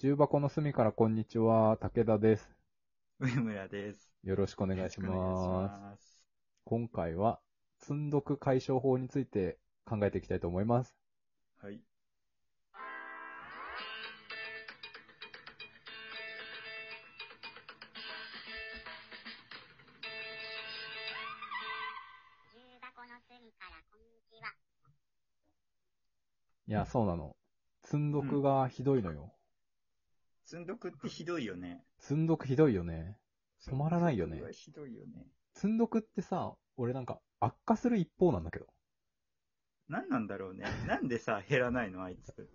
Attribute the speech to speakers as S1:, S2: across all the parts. S1: 重箱の隅からこんにちは、武田です。
S2: 上村です。
S1: よろしくお
S2: お
S1: 願いします。
S2: す。
S1: 今回は、積んどく解消法について考えていきたいと思います。
S2: はい。
S3: 重箱の隅からこんにちは。
S1: いや、そうなの。積んどくがひどいのよ。
S2: 積んどくってひどいよね。
S1: 積んどくひどいよね。止まらないよね
S2: 積んどくはひどいよね。
S1: 積んどくってさ、俺なんか悪化する一方なんだけど。
S2: 何なんだろうね。なんでさ、減らないのあいつ。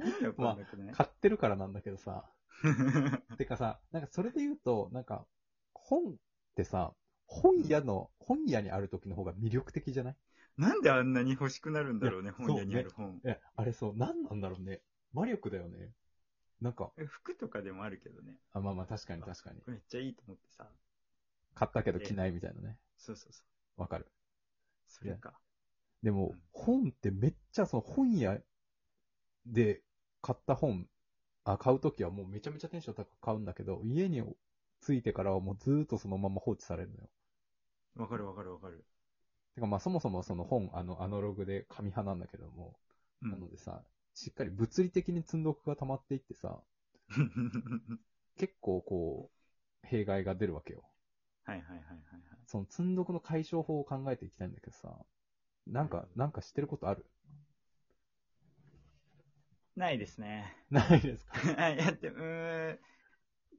S2: 意味わかんなくね。
S1: 買ってるからなんだけどさ。てかさ、なんかそれで言うと、なんか、本ってさ、本屋の、本屋にある時の方が魅力的じゃない
S2: なんであんなに欲しくなるんだろうね、
S1: いや
S2: 本屋にある本。
S1: え、あれそう、何なんだろうね。魔力だよね。なんか、
S2: え服とかでもあるけどね。
S1: あまあまあ確かに確かに。
S2: これめっちゃいいと思ってさ。
S1: 買ったけど着ないみたいなね。
S2: そうそうそう。
S1: わかる。
S2: それか。
S1: でも、
S2: うん
S1: 本ってめっちゃ、その本屋で買った本、あ、買うときはもうめちゃめちゃテンション高く買うんだけど、家に着いてからはもうずーっとそのまま放置されるのよ。
S2: わかるわかるわかる。
S1: てかまあそもそもその本、あの、アナログで紙派なんだけども、
S2: う
S1: なんの。でさ、しっかり物理的に積んどくが溜まっていってさ、結構こう、弊害が出るわけよ。
S2: はいはいはいはいはい。
S1: その積んどくの解消法を考えていきたいんだけどさ、なんか、なんか知ってることある
S2: ないですね。
S1: ないですか
S2: あいやって、うーん。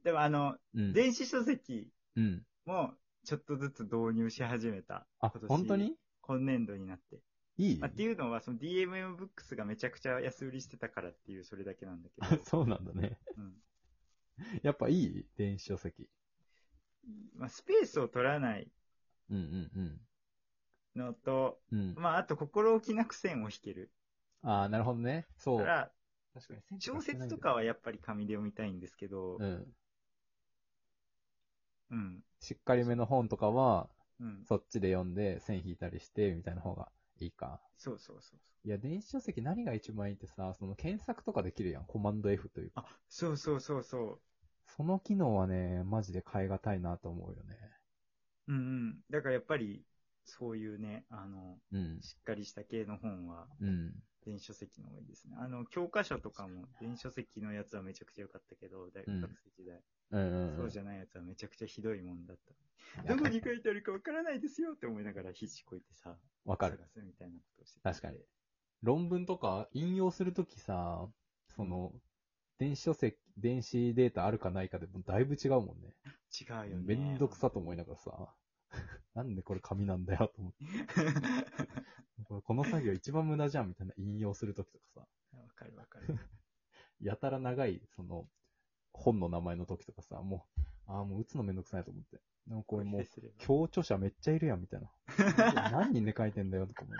S2: でもあの、
S1: うん。
S2: 電子書籍
S1: うん。
S2: もちょっとずつ導入し始めた。
S1: あ
S2: 今、年
S1: 本当に
S2: 今年度になって。
S1: いい
S2: あっていうのは、その DMM ブックスがめちゃくちゃ安売りしてたからっていう、それだけなんだけ
S1: あ
S2: ど。
S1: そうなんだね。
S2: うん
S1: やっぱいい電子書籍。
S2: まあ、スペースを取らない
S1: うんうん
S2: のと、
S1: うん。うん。
S2: まあ、あと心置きなく線を引ける。
S1: ああ、なるほどね。そ
S2: だか
S1: う。
S2: ら、
S1: 確かに
S2: 小説とかはやっぱり紙で読みたいんですけど、
S1: うん。
S2: うん。
S1: しっかりめの本とかは、
S2: うん。
S1: そっちで読んで線引いたりして、みたいな方がいいか。
S2: そうそうそう。
S1: いや、電子書籍何が一番いいってさ、その検索とかできるやん。コマンド F というか。
S2: あ、そうそうそうそう。
S1: その機能はね、マジで変えがたいなと思うよね。
S2: うんうん。だからやっぱり、そういうね、あの、
S1: うん。
S2: しっかりした系の本は、
S1: うん。
S2: 電子書籍の方がいいですね。あの、教科書とかも、電子書籍のやつはめちゃくちゃ良かったけど、大
S1: うん
S2: 学生時代、
S1: うん、うん。
S2: そうじゃないやつはめちゃくちゃひどいもんだっ
S1: い
S2: た。
S1: や
S2: どこに書いてあるかわからないですよって思いながら必死こいてさ、
S1: わかる。
S2: 探すみたいなことをして
S1: 確かに。論文とか引用するときさ、その、電子書籍、電子データあるかないかでもだいぶ違うもんね。
S2: 違うよね。
S1: めんどく さと思いながらさ、 なんでこれ紙なんだよと思って。これこの作業一番無駄じゃんみたいな引用するときとかさ、
S2: わかるわかる。
S1: やたら長い、その、本の名前のときとかさ、もう、ああ、もう打つのめんどくさいと思って。でもこれもう
S2: 否定、すれば
S1: 強著者めっちゃいるやんみたいな。 何人で書いてんだよとかも、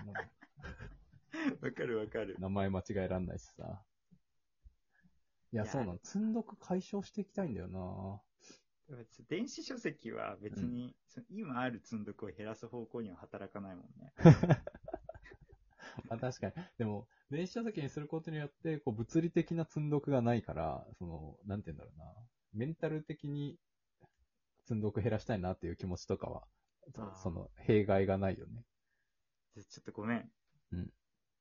S2: わかるわかる。
S1: 名前間違えらんないしさ。いや、
S2: いや
S1: そうなの。積んどく解消していきたいんだよな
S2: 別に電子書籍は別に、その今ある積んどくを減らす方向には働かないもんね。
S1: あ確かに。でも、電子書籍にすることによって、こう、物理的な積んどくがないから、その、なんて言うんだろうな。メンタル的に積んどく減らしたいなっていう気持ちとかは、そ
S2: あー
S1: その、弊害がないよね。
S2: でちょっとごめん。
S1: うん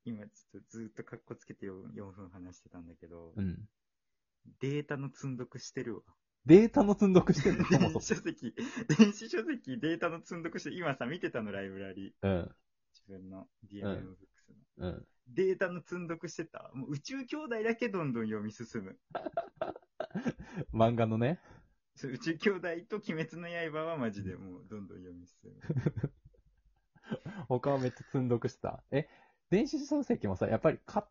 S2: 今ちょっとずっとカッコつけて 4, 4分話してたんだけど、
S1: うん。
S2: データの積んどくし てるわ。
S1: データの積んどくして るの、そも
S2: 電
S1: そ
S2: 子
S1: も。
S2: 書籍、電子書籍データの積んどくして、今さ見てたのライブラリ、
S1: うん。
S2: 自分の
S1: う
S2: DMM ブッ
S1: ん
S2: クス
S1: う
S2: の。
S1: ん。
S2: データの積んどくしてた。もう宇宙兄弟だけどんどん読み進む。
S1: 漫画のね。
S2: そう宇宙兄弟と鬼滅の刃はマジでもうどんどん読み進む。
S1: 他はめっちゃ積んどくしてた。え、電子書籍もさ、やっぱり買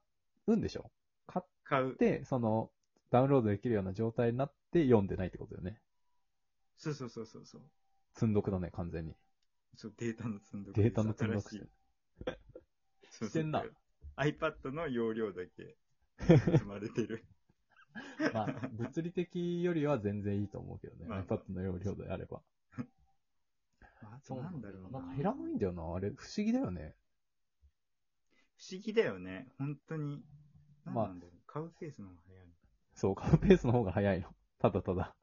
S1: うんでしょ買っ
S2: 買う。
S1: て、その、ダウンロードできるような状態になって読んでないってことよね。
S2: そうそうそうそうそう。
S1: 積んどくだね、完全に。
S2: そうデータの積んどく
S1: データの積んどく
S2: 新
S1: し
S2: し
S1: て。
S2: いそうそう
S1: してんな
S2: iPad の容量だ け積まれてる。
S1: まあ、物理的よりは全然いいと思うけどね。
S2: まあ
S1: iPad の容量であれば。
S2: あとなんだろうな。
S1: なんか減らないんだよな。あれ、不思議だよね。
S2: 不思議だよね。本当に。
S1: まあ
S2: なんなんだろう買うペースの方が早いの
S1: そう、買うペースの方が早いの。ただただ。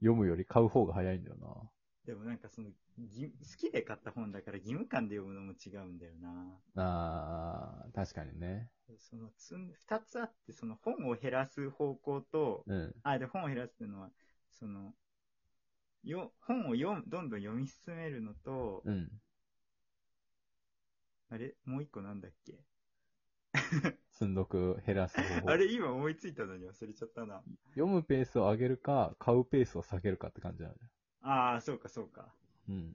S1: 読むより買う方が早いんだよな。
S2: でもなんかその、ぎ好きで買った本だから義務感で読むのも違うんだよな。
S1: あー、確かにね。
S2: そのつん二つあって、その本を減らす方向と、
S1: うん。
S2: あ、で、本を減らすっていうのは、その、よ、本を読む、どんどん読み進めるのと、
S1: うん。
S2: あれもう一個なんだっけ
S1: 積読減らす方法。
S2: あれ今思いついたのに忘れちゃったな。
S1: 読むペースを上げるか、買うペースを下げるかって感じなのよ。
S2: ああ、そうかそうか。
S1: うん。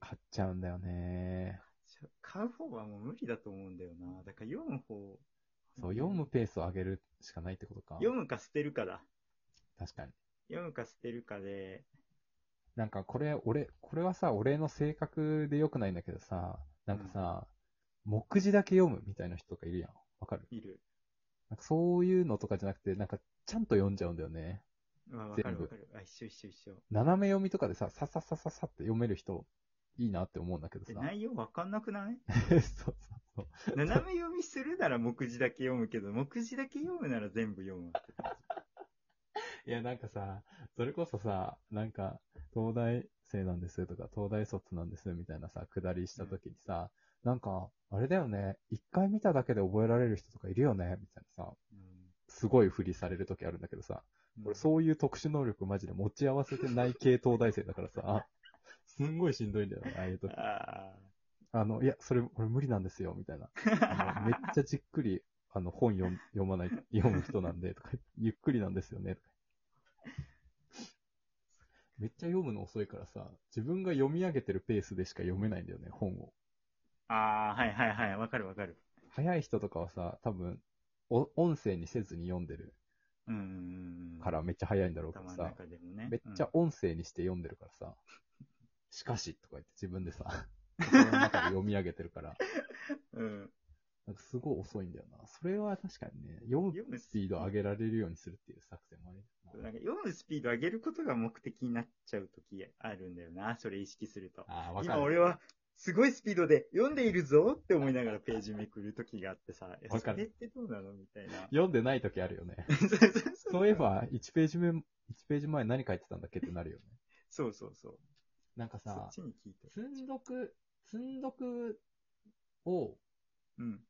S1: 買っちゃうんだよね。
S2: ちょ買う方はもう無理だと思うんだよな。だから読む方。
S1: そう、読む。ペースを上げるしかないってことか。
S2: 読むか捨てるかだ。
S1: 確かに。
S2: 読むか捨てるかで、
S1: なんかこれ、俺、これはさ、俺の性格で良くないんだけどさ、なんかさ、目次だけ読むみたいな人とかいるやん。わかる
S2: いる。
S1: なんかそういうのとかじゃなくて、なんかちゃんと読んじゃうんだよね。
S2: まあ、わか
S1: 全
S2: る
S1: 部
S2: わかる。あ、一緒一緒一緒。
S1: 斜め読みとかでさ、さっさっさっさっさって読める人、いいなって思うんだけどさ。
S2: え、内容わかんなくない
S1: そうそうそう。
S2: 斜め読みするなら目次だけ読むけど、目次だけ読むなら全部読むわって感
S1: い
S2: じ。
S1: や、なんかさ、それこそさ、なんか、東大生なんですとか、東大卒なんですみたいなさ、下りした時にさ、なんか、あれだよね、一回見ただけで覚えられる人とかいるよねみたいなさ、すごいふりされる時あるんだけどさ、
S2: うん
S1: 俺そういう特殊能力マジで持ち合わせてない系東大生だからさ、すんごいしんどいんだよね、ああいう時。
S2: あ
S1: あの、いや、それ、俺無理なんですよ、みたいな。あのめっちゃじっくり、あの、本読ん読まない、読む人なんで、とか、ゆっくりなんですよね、とか。めっちゃ読むの遅いからさ、自分が読み上げてるペースでしか読めないんだよね、本を。
S2: あ。ああ、はいはいはい。わかるわかる。
S1: 早い人とかはさ、多分、お音声にせずに読んでる
S2: うんうんうん。
S1: からめっちゃ早いんだろうけど
S2: 頭
S1: さ。
S2: の中でもね。
S1: めっちゃ
S2: うん
S1: 音声にして読んでるからさ、しかしとか言って自分でさ、心の中で読み上げてるから、
S2: うん。
S1: なんかすごい遅いんだよな。それは確かにね、読む
S2: 読む
S1: スピード上げられるようにするっていう作戦もありだな
S2: なんか読むスピード上げることが目的になっちゃう時あるんだよな、それ意識すると。
S1: ああ、わか
S2: 今
S1: る。
S2: 俺はすごいスピードで読んでいるぞって思いながらページめくる時があってさ、え
S1: わか
S2: そ
S1: る。
S2: れってどうなのみたいな
S1: 読んでない時あるよね。
S2: そうそうそう
S1: そういえ。ば、1ページ目、1ページ前何書いてたんだっけってなるよね。
S2: そうそうそう。
S1: なんか
S2: そ
S1: さ
S2: っ、ちに聞いて。
S1: 積んどく、積んどくを
S2: うん。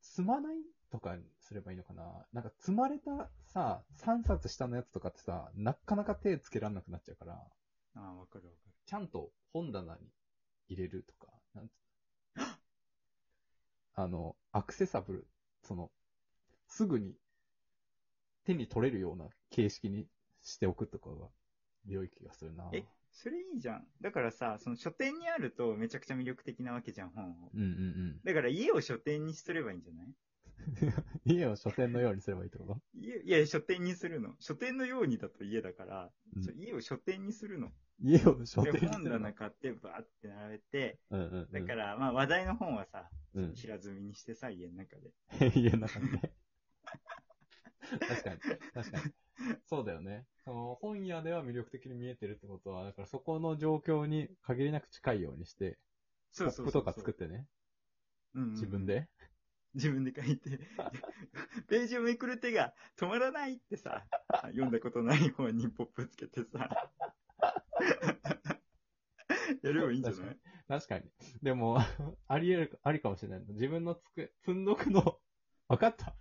S1: 積まないとかにすればいいのかな。なんか積まれたさ、3冊下のやつとかってさ、なかなか手つけられなくなっちゃうから、
S2: ああ、わかるわかる。
S1: ちゃんと本棚に入れるとか、なんつ あの、アクセサブル、その、すぐに手に取れるような形式にしておくとかが良い気がするな。
S2: えそれいいじゃん。だからさ、その書店にあるとめちゃくちゃ魅力的なわけじゃん、本を。
S1: うんうん
S2: だから家を書店にすればいいんじゃない
S1: うん。家を書店のようにすればいいって こと
S2: 家いや、書店にするの。書店のようにだと家だから、
S1: うん
S2: そう家を書店にするの。
S1: 家を書
S2: で
S1: 店に
S2: 本
S1: する
S2: 棚
S1: の。
S2: 買ってバーって並べて、
S1: うんうんう
S2: だ
S1: ん。
S2: から、まあ話題の本はさ、
S1: うん
S2: 平積みにしてさ、家の中で。
S1: 家の中にね。確かに、確かに。そうだよね。その本屋では魅力的に見えてるってことは、だからそこの状況に限りなく近いようにして、
S2: そ
S1: コ
S2: うそ
S1: ッ
S2: う
S1: プ
S2: そうそ
S1: と
S2: う。
S1: か作ってね、
S2: うんうん
S1: 自分。で。
S2: 自分で書いて。ページをめくる手が止まらないってさ、読んだことない本にポップつけてさ。 やればいいんじゃな
S1: 確
S2: い
S1: 確かに。でも、 あり得る、ありかもしれない。自分のつく、積んどくの、 わかった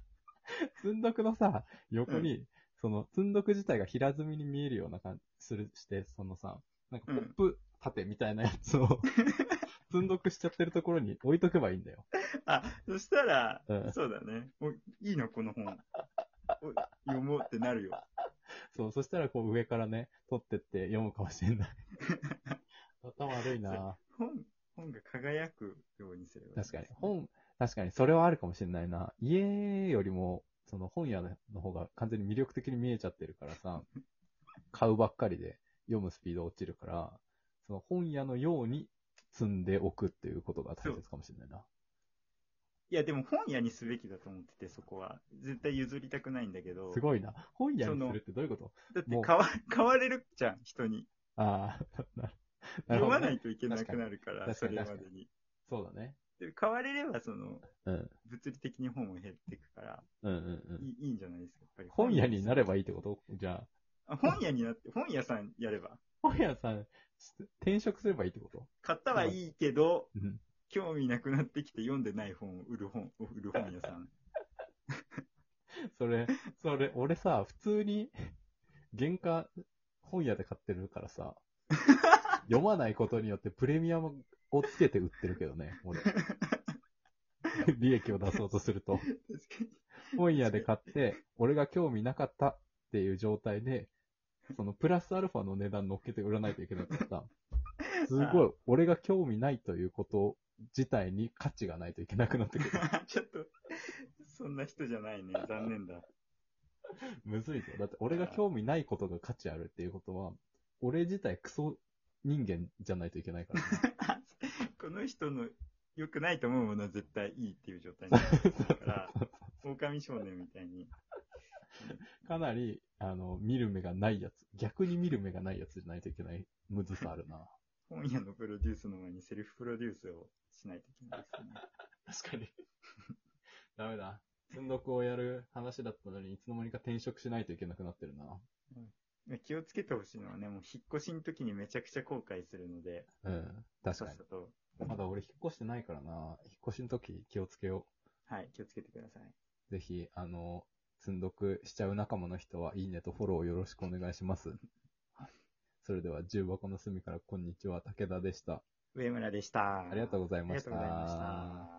S1: 積んどくのさ、横に、その、積んどく自体が平積みに見えるような感じする、して、そのさ、なんかポップ盾みたいなやつを、 積んどくしちゃってるところに置いとけばいいんだよ。
S2: あ、そしたら、
S1: うん
S2: そうだね。おいいな、この本。お読もうってなるよ。
S1: そう、そしたらこう上からね、取ってって読むかもしれ ない。頭悪いな
S2: 本、本が輝くようにすればいい
S1: 確かに。本、確かにそれはあるかもしれないな。家よりも、その本屋の方が完全に魅力的に見えちゃってるから さ、買うばっかりで読むスピード落ちるから、その本屋のように積んでおくっていうことが大切かもしれないな。
S2: いや、でも本屋にすべきだと思ってて、そこは。絶対譲りたくないんだけど。
S1: すごいな。本屋にするってどういうこと
S2: だって
S1: もう
S2: 買わ、 買われるじゃん、人に。
S1: ああ、ななる
S2: 読
S1: ほど
S2: ま
S1: ね
S2: ないといけなくなるから、
S1: 確
S2: そ
S1: かに
S2: れま
S1: 確かに
S2: でに。
S1: そうだね。
S2: で買われれば、その、
S1: うん。
S2: 物物理的に本も減っていくから、
S1: うんうんうん。
S2: いいいいんじゃないですか、やっぱり。
S1: 本屋になれ
S2: ば。
S1: ばいいってことじゃあ、
S2: あ本屋になって、本屋さんやれば。
S1: 本屋さん、転職すればいいってこと
S2: 買ったはいいけど、
S1: うん。
S2: 興味なくなってきて読んでない本を売る本、売る本屋さん。
S1: それ、それ、俺さ、普通に、原価、本屋で買ってるからさ、読まないことによってプレミアムをつけて売ってるけどね、俺。利益を出そうとすると。
S2: 確かに。
S1: 本屋で買って、俺が興味なかったっていう状態で、そのプラスアルファの値段乗っけて売らないといけないからさ、すごい、俺が興味ないということ自体に価値がないといけなくなってくる。
S2: ちょっと、そんな人じゃないね。残念だ。
S1: むずいぞ。だって俺が興味ないことが価値あるっていうことは、俺自体クソ人間じゃないといけないから、 ね。
S2: あこの人の良くないと思うものは絶対いいっていう状態になってる から、狼少年みたいに。
S1: かなり、あの、見る目がないやつ、逆に見る目がないやつじゃないといけないむずさあるな。
S2: 本屋のプロデュースの前にセルフプロデュースをしないといけないですね。
S1: 確かに。 ダメだ。積んどくをやる話だったのに、いつの間にか転職しないといけなくなってるな。
S2: 気をつけてほしいのはね、もう引っ越しの時にめちゃくちゃ後悔するので、
S1: うん。確
S2: さっ
S1: かに
S2: さ。と、
S1: まだ俺引っ越してないからな。引っ越しの時気をつけよ
S2: はい、気をつけてください。
S1: う。ぜひ、あの、積んどくしちゃう仲間の人は、いいねとフォローよろしくお願いします。それでは、重箱の隅からこんにちは、武田でした。
S2: 上村でした。
S1: ありがとうござい
S2: あり
S1: ま
S2: が
S1: し。
S2: とうございましたた。